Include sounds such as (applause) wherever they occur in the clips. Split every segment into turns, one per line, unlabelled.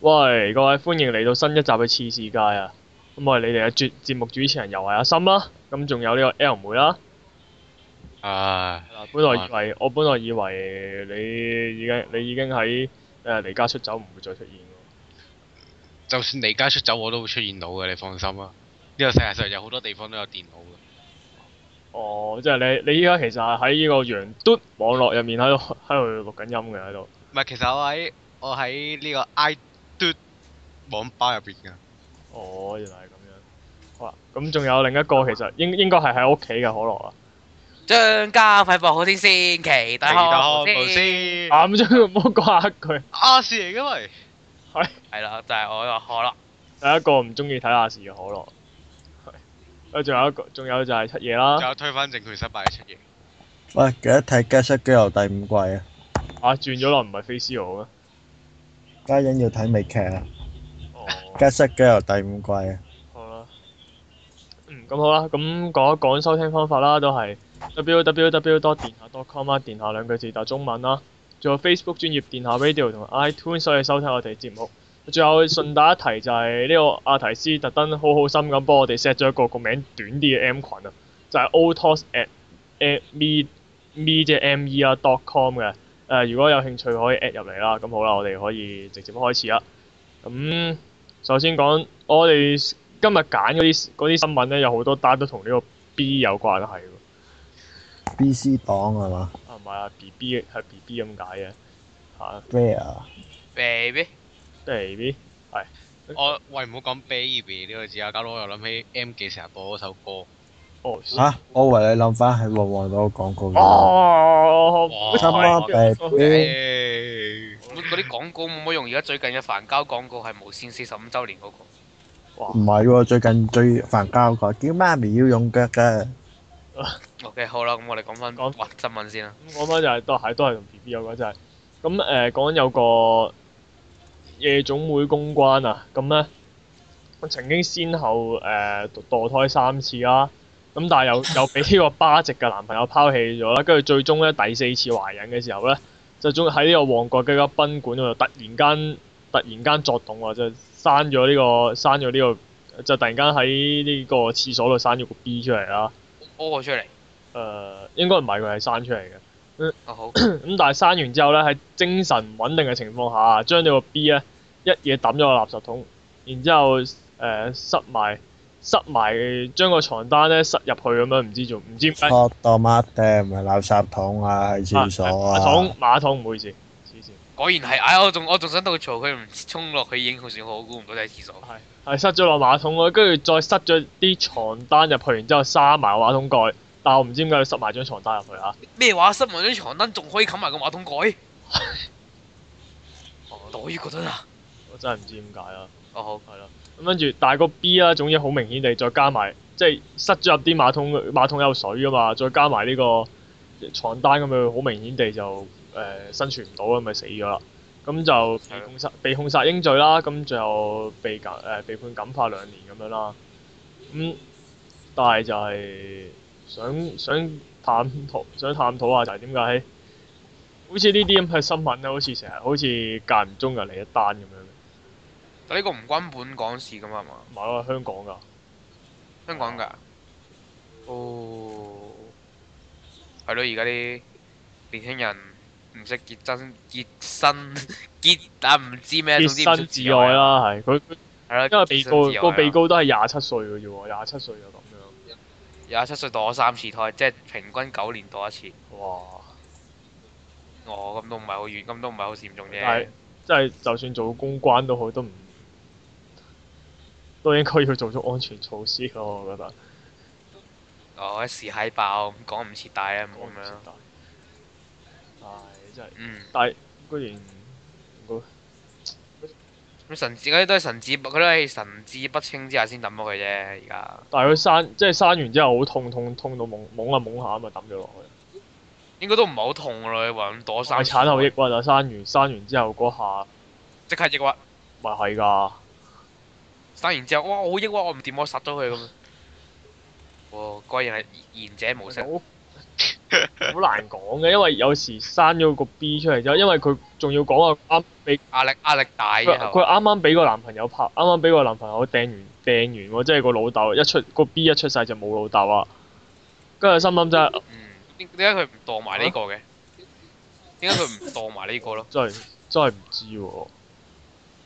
喂，各位歡迎嚟到新一集嘅次世界啊！咁我係你哋嘅節節目主持人又係阿森啦，咁仲有呢個 L 妹啦。
唉，
嗱，本來以為我本來以為你已經你已經喺誒離家出走，唔會再出現喎。
就算離家出走，我都會出現到嘅，你放心啦。呢個世界上有好多地方都有電腦嘅，
哦，即係你你依家其實係喺呢個羊嘟網絡入面喺度喺度錄緊音嘅喺度。
唔係其實我喺我喺呢個 i d 網吧入邊嘅，
哦，原來係咁樣。好啦，咁仲有另一個其實應應該係喺屋企嘅可樂啊。
張家輝博好天先，期
地
待看
道無
無哦先。
先，
啊，咁將唔好掛佢。
亞視嚟嘅喂，
係啦，就係我個可樂。
第一個唔中意睇亞視嘅可樂，係啊，仲有一個，仲有就係七夜
仲
啦，
有推翻政權失敗嘅出現，
喂，記得睇《家室居遊》第五季啊！
啊轉咗落唔係 Face Zero 咩？
家欣要睇美劇啊，
哦，
《家室居遊》第五季啊！
好啦，嗯，咁好啦，咁講一講收聽方法啦，都係 www 多電下 .com 啦，電下兩句字打中文啦，仲有 Facebook 專頁電下 Radio 同 iTunes 可以收聽我哋節目。仲有順帶一提就係呢個阿提斯特登好好心咁幫我哋 set 咗一個個名短啲嘅 M 群啊，就係 otos at me me 即係 m e 啊 dot com 嘅。誒、如果有興趣可以 at 入嚟啦。咁好啦，我哋可以直接開始啦。咁首先講我哋今日揀嗰啲嗰啲新聞咧，有好多單都同呢個 B 有關係喎。
B C 黨係嘛
啊，唔係啊，B B 係 B B 咁解嘅嚇，
？Bear
嗯
Baby，
即係 B
我喂唔好講 baby 呢個字啊，搞到我又諗起 M 記成日播嗰首歌，
哦
嚇，我為你諗翻係旺旺嗰個廣告語。
哦，
哇
親媽病
嗯
係
啲
誒
嗰啲廣告冇乜用。而家最近嘅凡交廣告係無線四十五週年嗰個。
哇
唔係喎，最近最煩交個，叫媽咪要用腳嘅。
OK，好啦，咁我哋講翻
講
哇新聞先啦。
咁講翻就係都係都係同 B B 有關，就係咁誒講緊有個夜總會公關啊，咁咧我曾經先後誒、呃墮胎三次啦，咁但係又 (laughs) 又俾呢個巴籍嘅男朋友拋棄咗啦，跟住最終咧第四次懷孕嘅時候咧，就終於喺呢個旺角嘅一間賓館嗰度突然間突然間作動啊喎，就生咗呢、個生咗呢、個就突然間喺呢個廁所度生咗個 B 出嚟啦，
屙咗出嚟。
誒、應該唔係佢係生出嚟嘅。
哦好。
咁但係生完之後咧，喺精神唔穩定嘅情況下，將呢個 B 咧一嘢抌咗個垃圾桶，然之後誒、呃塞埋塞埋將個床單咧塞入去咁樣，唔知做唔知誒
托到媽爹唔係垃圾桶啊，係廁所啊。
馬桶馬桶唔好意思，黐線
果然係，唉，我仲我仲想吐槽佢唔衝落去已經好算好，我估唔到你喺廁所。
係係塞咗落馬桶嗰，跟住再塞咗啲床單入去，然之後閂埋個馬桶蓋，但我唔知點解要塞埋張床單入去啊！
咩話？塞埋張床單仲可以冚埋個馬桶蓋？我於覺得啊。
我真係唔知點解啦。
哦好。
係啦，咁跟住，但係個 B 啦，總之好明顯地再加埋，即係塞咗入啲馬桶，馬桶有水噶嘛，再加埋呢個床單咁樣，好明顯地就誒、呃生存唔到咁咪死咗啦。咁就被控殺被控殺英罪啦，咁最後被減誒、呃被判感化兩年咁樣啦。咁、但係就係想想探討想探討下就係點解好似呢啲咁嘅新聞啊咧，好似成日好似間唔中就嚟一單咁樣，
但呢個唔關本港事噶嘛，係嘛？
唔係啊香港㗎。
香港㗎？哦，係咯，而家啲年輕人唔識結真結身 (laughs) 結啊，唔知咩，總之
潔身
唔識
自愛，啦，係佢
啊係啦，
因為被告
潔身自愛啊
個
啦
被告都係廿七歲嘅啫喎，廿七歲就咁
廿七歲墮咗三次胎，即係平均九年墮一次。
樣，哇！
哦，咁都唔係好遠，咁都唔係好嚴重
但係
啫。
即係就算做公關都好，都唔都應該要做足安全措施咯，我覺得。
哦，一時閪爆，講唔切大啦，咁樣。
唉，真係，
嗯，
但係居然個
咁神志嗰啲都係神志，佢都係神志不清之下先抌咗佢啫。而家
但係佢生即係生完之後好痛痛痛到懵懵下懵下咁啊抌咗落去，
應該都唔係好痛㗎啦，話咁墮
但
咗三
係啊
次
產後
胎
抑鬱啊！生完生完之後嗰下
即刻抑鬱。
咪係㗎，
生完之後，哇！我好抑鬱，我唔掂，我殺咗佢咁樣。哇！果然係賢者模式。
好好難講嘅，因為有時生咗個 B 出嚟之後，因為佢仲要講話啱俾
壓力壓力大
佢
嘅係啊
佢
嘛？
啱啱俾個男朋友拍，啱啱俾個男朋友掟完掟完喎，即係個老豆一出個 B 一出世就冇老豆啊！跟住心諗就係
嗯，點點解佢唔當埋呢個嘅？點解佢唔當埋呢個咯？
真係真係唔知喎。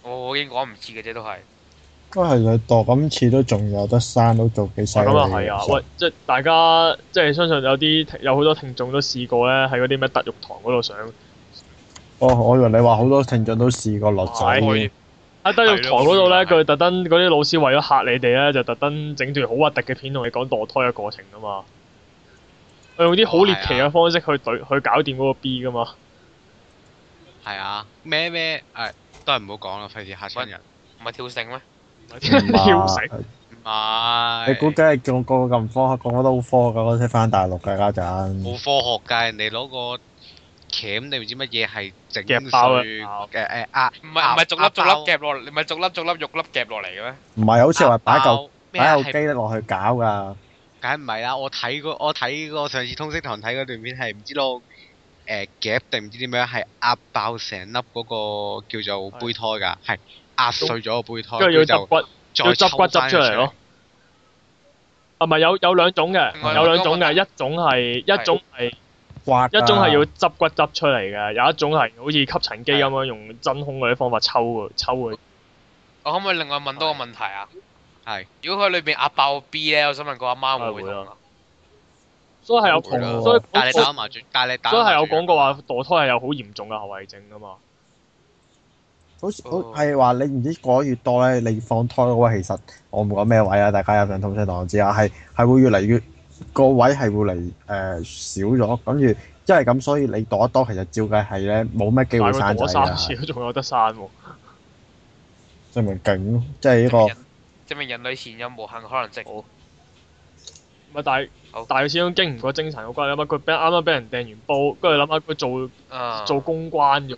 我我已經講唔切嘅啫，都係。
都係佢度今次都仲有得生，都做幾犀利
咁啊
嘅。
係啊，
其實
喂，即係大家即係相信有啲聽有好多聽眾都試過咧，喺嗰啲咩德育堂嗰度上，
我我以為你話好多聽眾都試過落
係
仔，
喺啊德育堂嗰度咧，
係咯
佢特登嗰啲老師為咗嚇你哋咧，就特登整段好核突嘅片同你講墮胎嘅過程噶嘛。佢用啲好獵奇嘅方式去對
啊
去搞掂嗰個 B 噶嘛。
係啊，咩咩誒，都係唔好講啦，費事嚇親人。
唔係跳繩咩？
跳
唔係
繩
唔係，
你估梗係叫個個咁科，個個都好科㗎，我識翻大陸㗎家
冇
陣。
科學㗎，人哋攞個鉗定唔知乜嘢係整
夾爆
碎
啊
嘅誒壓，
唔係唔係逐粒逐粒
壓
夾落，你唔係逐粒逐粒肉粒夾落嚟嘅咩？
唔係好似話擺嚿
爆啊咩
擺
啊
嚿
係
機落去搞㗎，
梗唔係啦，我睇過我睇過上次通識堂睇嗰段片係唔知攞誒夾定唔知點樣係壓爆成粒嗰個叫做杯胎㗎，係壓碎咗個杯胎，
跟住要
啊佢
執
就
骨，
再
要執骨
抽
執
翻
出嚟咯。啊，唔係有有兩種
另外
嘅，有兩種嘅，一種係一種係
刮
一種係
㗎
要執骨執出嚟嘅，有一種係好似吸塵機咁樣用真空嗰啲方法抽佢抽佢。
我可唔可以另外問多個問題啊？
係。
如果佢裏邊壓爆個 B 咧，我想問個阿媽會唔會
梗係會
痛
啦
啊？
所以係有
會啦
講，所以
但係你
所以
打麻雀，但係你打
所以係有
麻雀
講過話墮胎係有好嚴重嘅後遺症噶嘛。
好似好
哦
係話你唔知過得越多咧，你放胎嗰位其實我唔講咩位啊，大家有上通識堂知啊，係係會越嚟越個位係會嚟誒、呃少咗，跟住因為咁，所以你度得多，其實照計係咧冇乜機
但係
會
佢墮
生
咗
仔
三
啊，
次都仲有得生喎。
即係咪勁咯？即係
證明
呢個
人證明人類前有無限可能性。
唔係，但係
好
但係佢始終經唔過精神嗰關，你諗下佢俾啱啱俾人掟完煲，跟住諗下佢做、
啊！
做公關啫，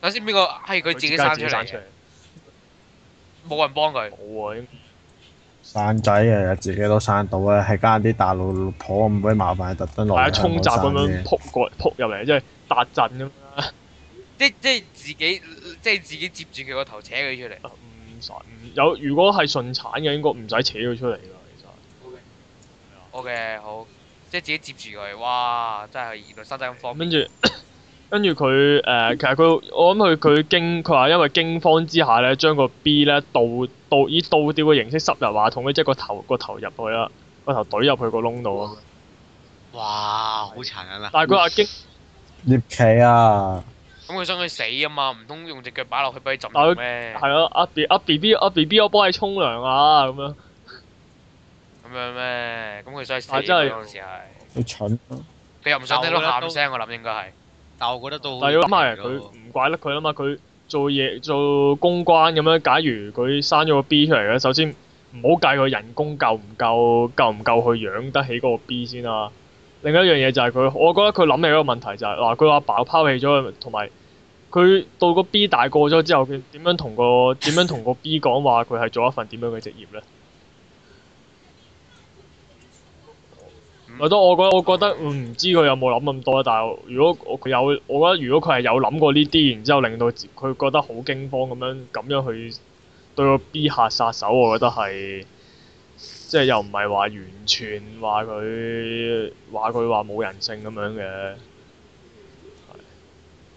首先邊個係佢自己生
梗係
出
生
嚟
出
嘅
嚟，
冇人幫佢。
冇啊！應
生仔啊，自己都生到啊，係加啲大陸老婆咁鬼麻煩，特登落
係啊，
嚟香
衝
港
閘咁
生
樣
嘅。
撲過撲入嚟，即係啊搭陣咁樣
即即係自己，即係自己接住佢個頭扯佢出嚟。
啊唔使唔有，如果係順產嘅，應該唔使扯佢出嚟㗎。其實
O K，好，即係自己接住佢。哇！真係原來生仔咁方便。
跟住 (coughs) 跟住佢誒，
(coughs)
其實佢我諗佢佢驚，佢話因為驚慌之下咧，將個 B 咧倒倒以倒吊嘅形式塞入話筒咧，即係個頭個頭入去啦，個頭懟入去個窿度啊。
哇，好殘忍啊！
但係佢話驚，
葉企啊，
咁佢想佢死啊嘛，唔通用只腳擺落去俾佢浸浴咩？
係咯，阿 B 阿 B B 阿 B B，我幫你沖涼啊咁樣。
咁樣咩？咁佢想死
啊真係
嗰陣時係，
好蠢啊！
佢又唔想聽到喊聲，我諗應該係。
但係我覺得都好
但係要諗埋
殘
佢
咯
唔怪得佢啦嘛，佢做嘢做公關咁樣，假如佢生咗個 B 出嚟嘅，首先唔好計佢人工夠唔夠，夠唔夠去養得起嗰個 B 先啦。另一樣嘢就係佢，我覺得佢諗起一個問題就係、嗱，佢阿爸拋棄咗佢，同埋佢到個 B 大個咗之後，佢點樣同個點樣同個 B 講話佢係做一份點樣嘅職業咧？咪都我覺得我覺得嗯唔知佢有冇諗咁多，但係如果我佢有，我覺得如果佢係有諗過呢啲，然之後令到自佢覺得好驚慌咁樣咁樣去對個 B 下殺手，我覺得係即係又唔係話完全話佢話佢話冇人性咁樣嘅。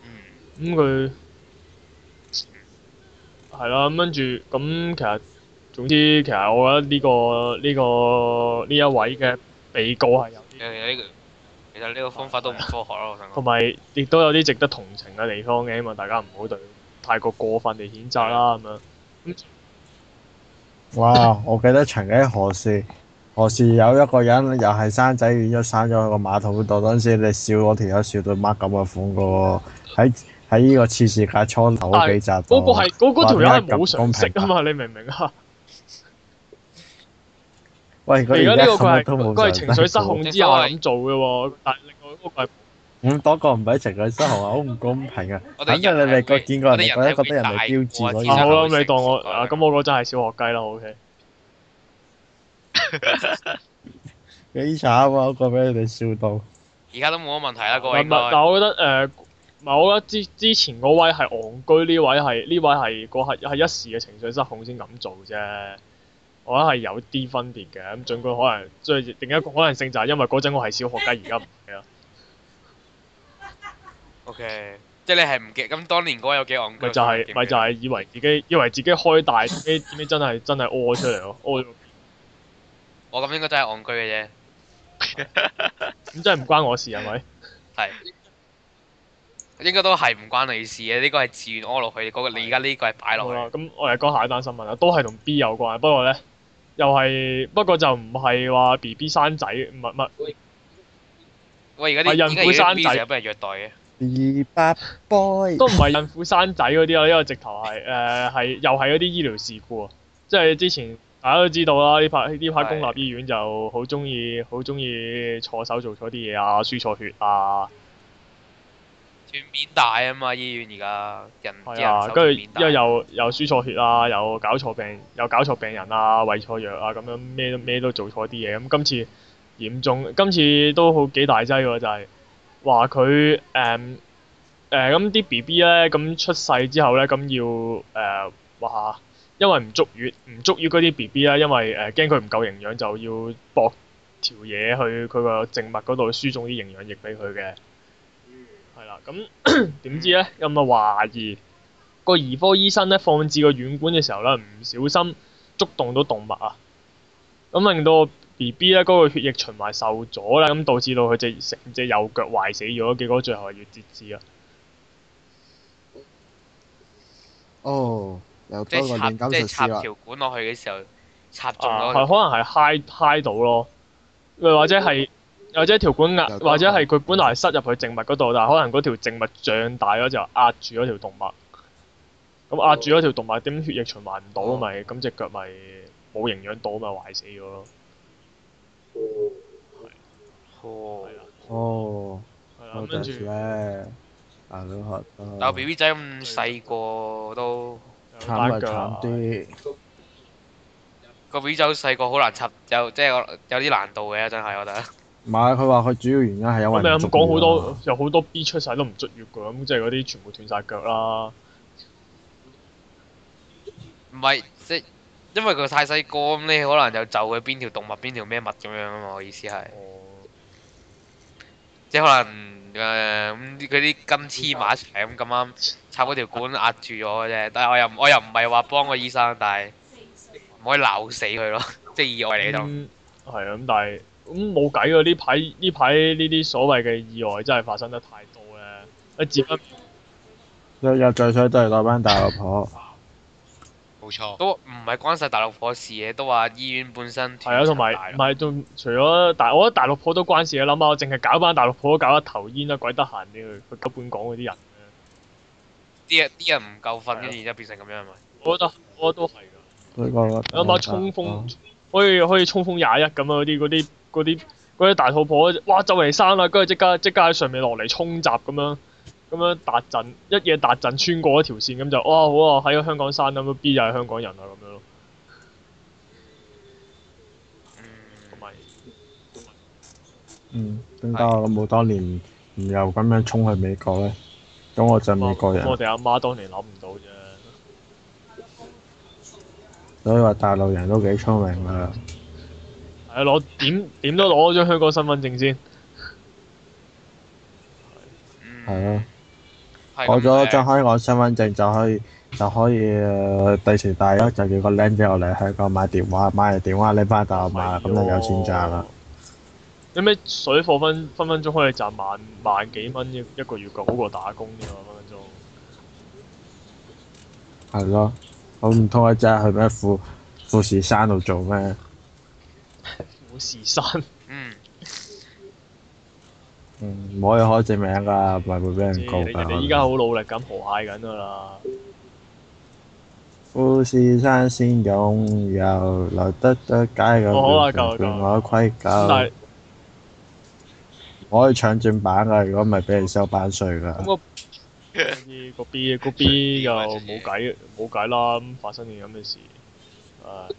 嗯。
咁佢係啦，咁跟住咁其實總之其實我覺得呢、個呢、個呢一位嘅被告係有啲。
其實呢個其實呢個方法都唔科學咯，我想
同
講。
埋亦都有啲值得同情嘅地方嘅，希望大家唔好對太過過分地譴責啦咁樣。
哇！我記得曾經何時何時有一個人又係生仔，然之後生咗喺個馬桶度嗰陣時，你笑我條友笑到乜咁嘅款嘅喎，喺喺呢個次世界初頭嗰幾集度。
嗰個係嗰嗰條友係冇
哇
常識啊嘛，你明唔明啊？
喂，佢
而家呢個
個
佢係
都冇
佢係情緒失控之後
即
咁做嘅喎，但係另外嗰個係
咁嗯多個唔係情緒失控啊，好唔公平啊！
我
肯
哋
定你
人
哋個
係
見過
我
人
哋人
哋覺得
係
覺得人哋標誌嗰
會
啊
大
好啦，
過我
咁你當我
知道
啊咁我嗰陣係小學雞啦，OK。
(laughs)
啲，幾慘啊！嗰個俾你哋笑到。
而家都冇乜問題啦，
唔
各位
係
應
唔
該
係，但我覺得誒，唔係我覺得之之前嗰位係戇居，呢位係呢位係個係係一時嘅情緒失控先咁做啫。我覺得係有啲分別嘅，咁儘管可能即係另一個可能性就係因為嗰陣我係小學雞，而家唔係啦，
OK，即係你係唔記咁當年嗰個有幾戇居？
咪就係、
(laughs) 記唔記得
咪就係以為自己以為自己開大，自己點知真係真係屙出嚟咯，屙咗
我咁應該真係戇居嘅啫。
咁真係唔關我事係咪？
係，應該都係唔關你事嘅，呢個係自願屙落去，嗰、個你而家呢個係擺
好
落
啦，
去。
咁我嚟講下一單新聞啦，都係同 B 有關，不過咧又係不過就唔係話 B B 生仔，唔係唔係
喂，而家啲
係
而
孕
家
婦生
啲 B
仔
成日俾人虐待嘅，
二百 boy
都唔係孕婦生仔嗰啲啦，因為直頭係誒係又係嗰啲醫療事故啊，即係之前大家都知道啦，呢排呢排公立醫院就好中意好中意錯手做錯啲嘢啊，輸錯血啊，
全面大啊嘛，醫院而家人啲
係
人
啊，
手
跟
全
住
面
因為
大。
又又輸錯血啊，又搞錯病又搞錯病人啊，餵錯藥啊，咁樣咩都咩都做錯啲嘢，咁今次嚴重，今次都好幾大劑喎，就係話佢誒誒咁啲 B B 咧，咁出世之後咧，咁要誒話、因為唔足月唔足月嗰啲 B B 啊咧，因為誒驚佢唔夠營養，就要駁條嘢去佢個靜脈嗰度輸送啲營養液俾佢嘅。係啦，咁 (coughs) 點知咧有咪懷疑個兒科醫生咧放置個軟管嘅時候咧，唔小心觸動到動物啊，咁令到 B B 咧嗰個血液循環受阻啦，咁導致到佢隻成隻右腳壞死咗，結果最後係要截肢啊。
哦，又
即
多個
係插
現金
即係
術
插
師啦，
條管落去嘅時候插中
啊，係
咗。
可能係嗨嗨到咯，又或者係或者條管壓，
又多
或者係佢本來係塞入去靜脈嗰度，但係可能嗰條靜脈脹大咗就壓住咗條動脈，咁壓住咗條動脈，點血液循環唔到
哦
咪，咁只腳咪冇營養到咪壞死咗咯。
哦
係啦啊
哦，
係啦，
我
咁
就
跟住
係咧，啊都學得，
但 B B 仔咁細個都
單
慘就
腳啊
慘啲，
個 B B 仔好細個好難插，有即係有有啲難度嘅，真係我覺得。
唔係佢話佢主要原因係因
咁
為唔
你
足
咁講好
月
多
啊，
有好多 B 出世都唔足月㗎，咁即係嗰啲全部斷晒腳啦。
唔係即係因為佢太細個咁，你可能就就佢邊條動物邊條咩物咁樣啊嘛。我意思係。
哦
即係可能呃誒咁嗰啲金黐埋一齊咁咁啱插嗰條管壓住咗嘅啫，但係我又唔我又唔係話幫個醫生，但係唔可以鬧死佢咯， (laughs) 即係意外嚟到。
嗯係啊，咁但係咁冇計㗎，呢排呢排呢啲所謂嘅意外真係發生得太多咧。一接一
日日最衰都係嗰班大老婆，
冇錯。
都唔係關晒大陸火事嘅，都話醫院本身
係啊，同埋唔係仲除咗大，我覺得大陸婆都關事啊嘅。諗下，我淨係搞班大陸婆都搞得頭煙啦，鬼得閒啲去去根本講嗰啲人咧。
啲人啲人唔夠瞓，跟住然之後變成咁樣係咪？
我覺得我都係㗎，
呢個啊諗
諗下衝
哦
鋒可以可以衝鋒廿一咁啊！嗰啲嗰啲嗰啲嗰啲大肚婆，哇就嚟生啦，跟住即刻即刻喺上面落嚟衝襲咁樣。咁樣達陣，一夜達陣穿過一條線，咁就哇好啊！喺香港生咁樣，B 就係香港人啊咁樣咯。同
嗯，
埋
嗯，點解我冇當年唔又咁樣衝去美國咧？咁我就係美國人
咁，我哋阿媽當年諗唔到啫。
所以話大陸人都幾聰明啊！
係啊，攞點點都攞咗張香港身份證先。
係
嗯，
咯，
係
攞咗
咁
張香港身份證就可以就可以誒，第時大家就叫個僆仔我嚟香港買電話，買完電話你翻大陸買，咁就有錢賺
哎
啦。。
有咩水貨分分分鐘可以賺萬萬幾蚊一一個月㗎，好過打工啫嘛分分鐘。
係咯，我唔通我真係去咩富富士山度做咩？
富士山
嗯，
嗯，唔可以開證名㗎，唔係啊會俾
啫，
人告
人
㗎。
哋依家好努力咁河蟹緊㗎啦。
富士山先擁有，留得得街嘅
哦好啦夠啦夠啦
換我規
咁但
矩
係。
我可以搶轉版㗎，如果唔係俾你收版税
咁
㗎。
個啲個 B 個 B 又冇計冇計啦，咁發生件咁嘅事，誒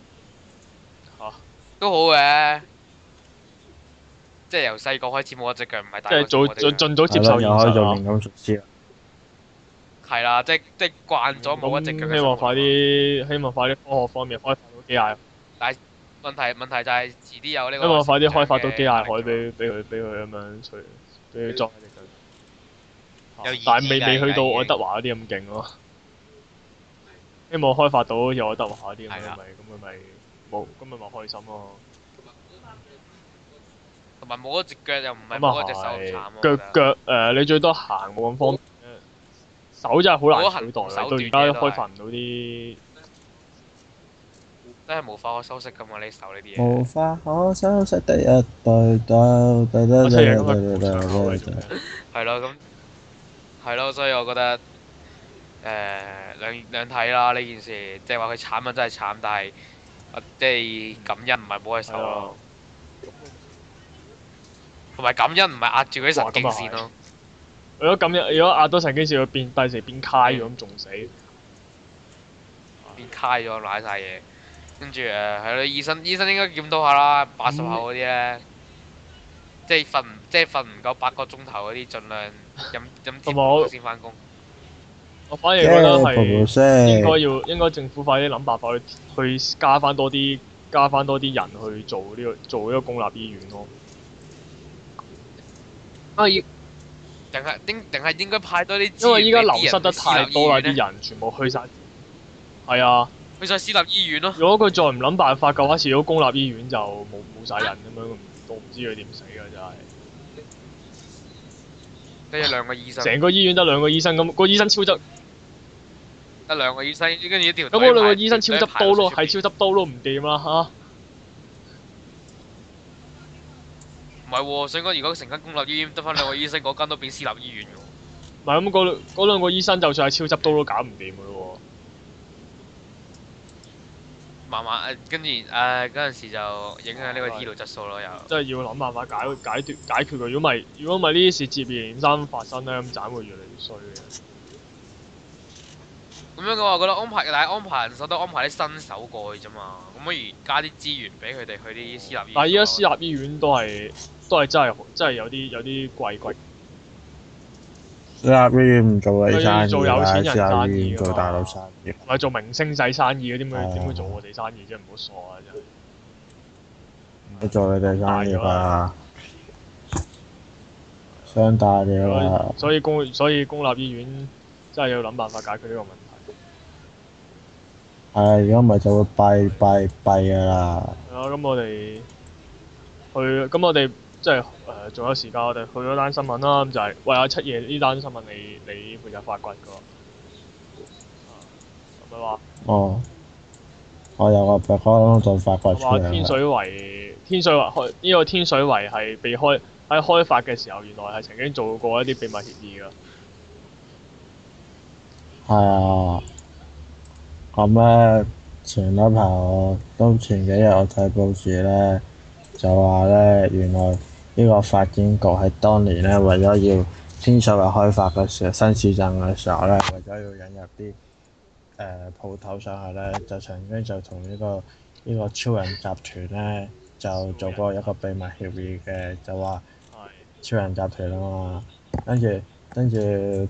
嚇
都好嘅，即係由細個開始冇一隻腳唔係大
即係
過
早
我哋
盡
嘅。
盡早接
係
受
咯
現
又可以
實
做
啊
零咁熟知啦。
係啦，即係即係慣咗冇一隻腳嘅
咁
生活。啊
希望快啲，希望快啲科學方面開發到機械，
問題問題就係遲啲有呢個。
希望快啲開發到機械可以。俾俾佢俾佢咁樣隨俾佢
嗯
裝喺
有
只
意
腳。但係
義
未
㗎
未去到
而家已經
愛德華嗰啲咁勁咯。希望開發到好似愛德華嗰啲咁樣，咪
係啦
咁佢咪冇，咁咪咪開心咯。
同埋冇一隻腳又唔係
咁
冇
啊
一隻手咁慘啊
係，
我覺
腳
得
腳誒，你最多行冇咁方便。手真係好難取代
冇
啊，
得
到
行
而
手段
家
嘅
都
都
開
係
發唔到啲
真係無法可修飾噶嘛呢手呢啲嘢。
無法可收拾的一對對對
乜
對
出嘢
對
咁
對對
嘅
對對
故事。
係咯，咁係咯，所以我覺得誒、兩兩睇啦呢件事，即係話佢慘啊，真係慘，但係我即係感恩唔係冇去手
係啊
咯，同埋感恩唔係壓住佢啲神經
啊
線咯，
如果咁樣，如果壓到神經線，會變第時變卡咗咁，仲死。
變開咗賴晒嘢，跟住誒係咯，醫生醫生應該檢討下啦，八十後嗰啲咧。即係瞓唔，即係瞓唔夠八個鐘頭嗰啲，盡量飲飲
同埋我
貼先翻工。
我反而覺得係應該
耶
要應該政府快啲諗辦法去去加翻多啲加翻多啲人去做呢、個做呢個公立醫院咯。啊，因
定係應定係應該派多啲資
因
源
為依家
俾
流
啲
失
人
得
去
太
私立醫
多啦，
院咧
啲人全部去晒。係啊，
去晒私立醫院咯。
如果佢再唔諗辦法嘅話，遲早公立醫院就冇冇曬人咁樣，唔我唔知佢點死㗎真係。
得一兩個醫生，
成個醫院得兩個醫生咁，個醫生超執，
得兩個醫生，跟住一條
咁
隊
嗰兩個
排
醫生超執刀咯，係超執刀咯，唔掂啦嚇。
唔係喎，想講如果成間公立醫院得翻兩個醫生，嗰間都變私立醫院喎。
唔係咁嗰嗰兩個醫生就算係超執刀都搞唔掂嘅咯
慢慢誒，跟住誒嗰陣時就影響呢個醫療質素咯，又
喎，真係要諗辦法解解決解決佢。如果唔係，如果唔係呢啲事接二連三發生咧，咁盞會越嚟越衰嘅。
咁樣嘅話，我覺得安排，但係安排人手都安排啲新手過去啫嘛，咁不如加啲資源俾佢哋去啲私立醫院。
但係依家私立醫院都係都係真係好真係有啲有啲貴貴，
私立醫院唔做啊你生
做
意
有
啦，
錢
私
人
立醫
生意
院
㗎
做大佬
嘛
生意。啊
唔係做明星細生意嗰啲點
哦
會點會做我哋生意啫？唔好傻啊！真係。
你做你哋生意啦，相大了啦，
所以公所以公立醫院真係要諗辦法解決呢個問題。
係如果唔係就會閉閉閉噶啦。
係啦，咁我哋去咁我哋即係誒仲有時間，我哋去咗單新聞啦，咁就係、喂阿七爺呢單新聞你你負責發掘㗎喎。啊咪話
哦，我有個鼻哥窿就發掘出啊
話
嚟
天
啦。
水圍天水圍開呢個天水圍係被開喺開發嘅時候，原來係曾經做過一啲秘密協議㗎。
係啊，咁咧前一排我都前幾日我睇報紙咧，就話咧原來呢個發展局喺當年咧為咗要天水圍開發嘅時候，新市鎮嘅時候咧，為咗要引入啲誒鋪頭上去咧，就曾經就同呢、個呢、個超人集團咧就做過一個秘密協議嘅，就話。
係
超人集團啊嘛，跟住跟住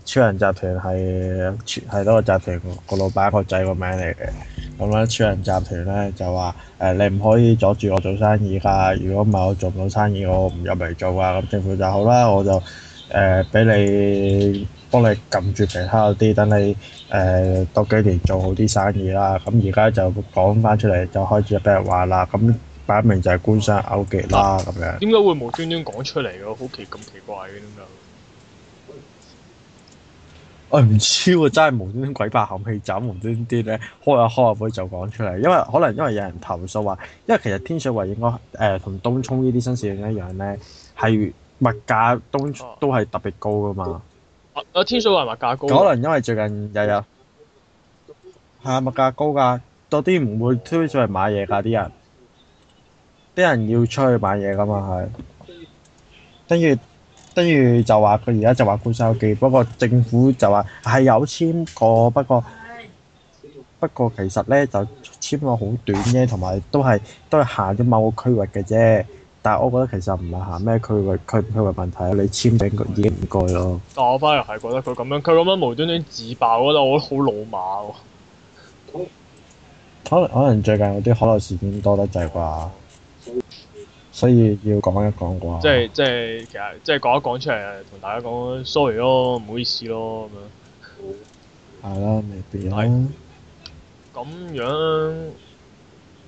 超人集團係係嗰個集團個老闆個仔個名嚟嘅，咁咧超人集團咧就話誒、你唔可以阻住我做生意㗎，如果唔係我做唔到生意，我唔入嚟做㗎，咁政府就好啦，我就誒俾、你幫你撳住其他嗰啲，等你誒、多幾年做好啲生意啦，咁而家就講翻出嚟就開始俾人話啦，咁擺明就係官商勾結啦咁樣。
點解會無端端講出嚟嘅？好奇咁奇怪嘅點解？
我哎唔知喎，真係無端端鬼拍冚氣枕，無端端咧開下開下杯就講出嚟，因為可能因為有人投訴話，因為其實天水圍應該誒同、東涌呢啲新市鎮一樣咧，係物價東
哦
都係特別高噶嘛。
啊啊！天水圍物價高啊。
可能因為最近又有係啊物價高㗎，多啲唔會推出嚟買嘢㗎啲人，啲人要出去買嘢㗎嘛係，跟住跟住就話佢而家就話官收記，不過政府就話係有簽過，不過不過其實咧就簽咗好短啫，同埋都係都係限咗某個區域嘅啫。但係我覺得其實唔係行咩區域區唔區域問題，你簽證佢已經唔該咯。
但我反而係覺得佢咁樣，佢咁樣無端端自爆，我覺得我好老馬喎。
可能可能最近嗰啲可樂事件多得滯啩，所以要講一講啩。
即係即係其實即係講一講出嚟，同大家講 sorry 咯，唔好意思咯咁樣。
係啦，未必啦。
係咁樣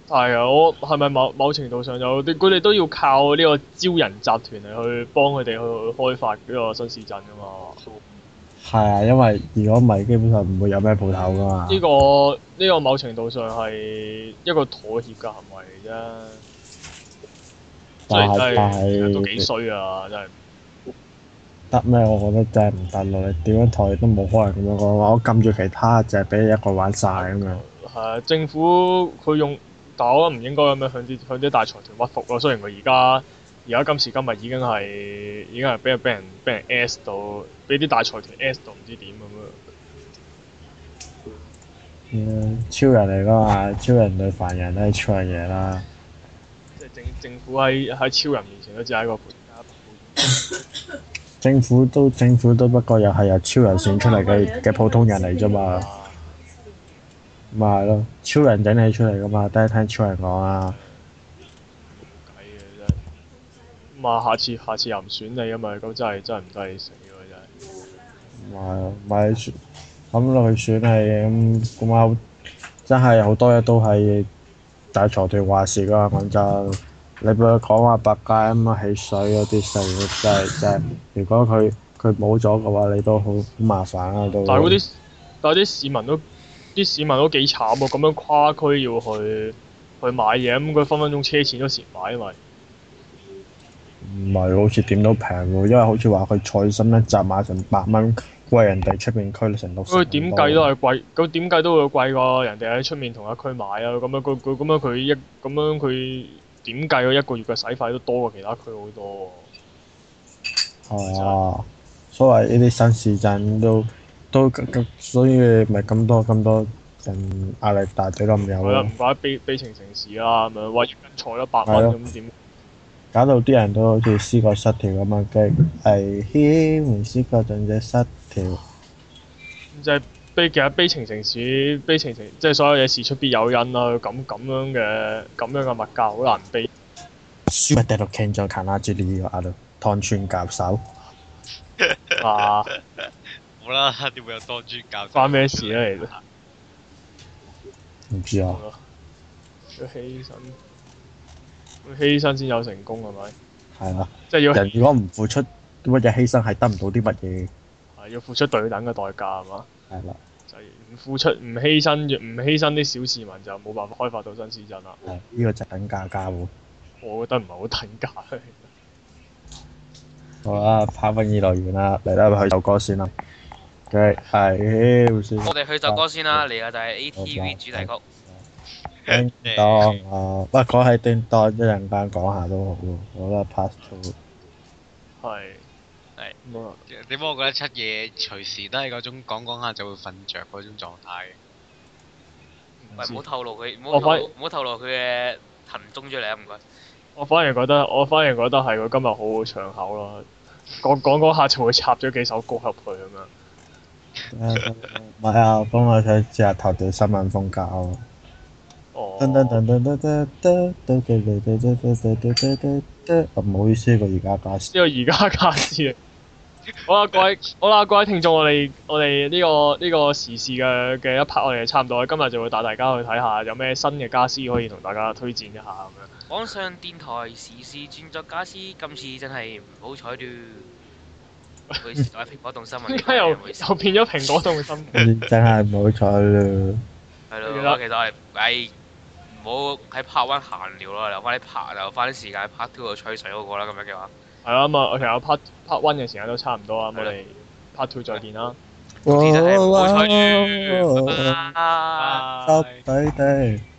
係啊！我係咪某某程度上有啲佢哋都要靠呢個招人集團嚟去幫佢哋去開發呢個新市鎮噶嘛？
係啊，因為如果唔係，基本上唔會有咩鋪頭噶嘛。
呢、個呢、個某程度上係一個妥協嘅行為嚟啫，所
但
以
係
真
但
係都幾
係
衰啊！真係
得咩？我覺得真係唔得咯。你點樣台都冇可能咁樣講話，我撳住其他就係俾你一個玩晒咁樣。
係啊政府佢用，但我覺得唔應該咁樣向啲向啲大財團屈服咯。雖然佢而家而家今時今日已經係已經係俾人俾人俾人 S 到，俾啲大財團 S 到唔知點咁樣。
嗯超人嚟噶嘛，超人對凡人都係超人嘢啦。
即係政政府喺喺超人面前都只係一個陪嫁
政府都政府都不過又係由超人選出嚟嘅嘅普通人嚟啫嘛，
啊！
咪係咯，超人整你出嚟噶嘛，都係聽超人講啊。
冇計嘅真係。咁啊，下次下次又唔選你啊嘛，咁真係真係唔得你死喎真係。
咪咪選諗落去選係咁咁啊，真係好多嘢都係大財團話事噶嘛，講真。你俾佢講話百佳咁啊起水嗰啲事，真係真係，如果佢佢冇咗嘅話，你都好好麻煩啊都。
但係嗰啲但係啲市民都啲市民都幾慘喎，咁樣跨區要去去買嘢，咁佢分分鐘車錢都蝕埋，啊因為
唔係，好似點都平喎，因為好似話佢菜心一紮買成百蚊，貴人哋出面區成六十。
佢點計都係貴，咁點計都會貴過人哋喺出面同一區買啊！咁樣佢佢咁樣佢一咁樣佢點計佢一個月嘅使費都多過其他區好多喎、
係啊，所謂呢啲新市鎮都都咁，所以咪咁多咁多人壓力大咗咁有
係啦，
咯
唔，怪得悲悲情城市啊啦，咁樣話一斤菜一百
係
蚊
咯
咁點？
搞到啲人都好似思覺失調咁樣嘅，危險思覺症者失調。
即係悲其實悲情城市，悲情城即係所有嘢事出必有因啦。咁咁樣嘅咁樣嘅物價好難悲。
輸咪第六傾咗卡拉住呢個壓力，湯川教授。 (laughs)
啊，
好啦，點會有當專教？
關咩事啊咧嚟到
唔知啊，
要犧牲，要犧牲先有成功係咪？
係啊，
即係要
人如果唔付出乜嘢犧牲，係得唔到啲乜嘢。
係啊要付出對等嘅代價係嘛？
係啦。
就係唔付出、唔犧牲、唔犧牲啲小市民就冇辦法開發到新市鎮啦。
係呢個就等價交換。
我覺得唔係好等價。 (laughs)
好啦，跑翻二樂園啦，嚟啦，去首歌先啦。佢係先
我哋去首歌先啦，嚟啊嘅就
哦
係 ATV
啊
主題曲。
叮當啊，不過係叮當，一陣間講下都好喎。好啦，pass to
係。
係
咁啊，
點解我覺得出嘢隨時都係嗰種講講下就會瞓着嗰種狀態嘅？
唔
喂，
知
唔好透露佢，唔
我
好透
反
露唔好透露佢嘅行蹤出嚟啊！唔該。
我反而覺得，我反而覺得係佢今日好好唱口啦。講講嗰下就會插咗幾首歌入去咁樣。
唔係啊，我幫我想知下頭條新聞風格啊。
哦。
噔噔噔噔噔噔噔噔噔噔噔噔噔噔噔噔，唔好意思，佢而家加時。
呢個而家價
(laughs)
錢。好啦，各位，好啦，各位聽眾，我哋我哋呢、個呢、個時事嘅嘅一 part，我哋差唔多，今日就會帶大家去睇下有咩新嘅家私可以同大家推薦一下咁樣。
網上電台時事轉作家私，今次真係唔好彩咯。佢時代蘋果動新
(laughs)
聞，
點解又
唔好意思
又變咗蘋果動心？
(laughs)
真係唔好彩啦。
係咯，其實我哋唉，唔好喺 part one 閒聊啦，留翻啲 part，留翻啲時間喺 part two 度吹水嗰個啦，咁樣嘅話，
係啦，咁啊，我哋有 part part one 嘅時間都差唔多啊啦，咁我
係啦
哋 part two 再見啦。啊
總之真係唔好彩住。拜拜
濕底地。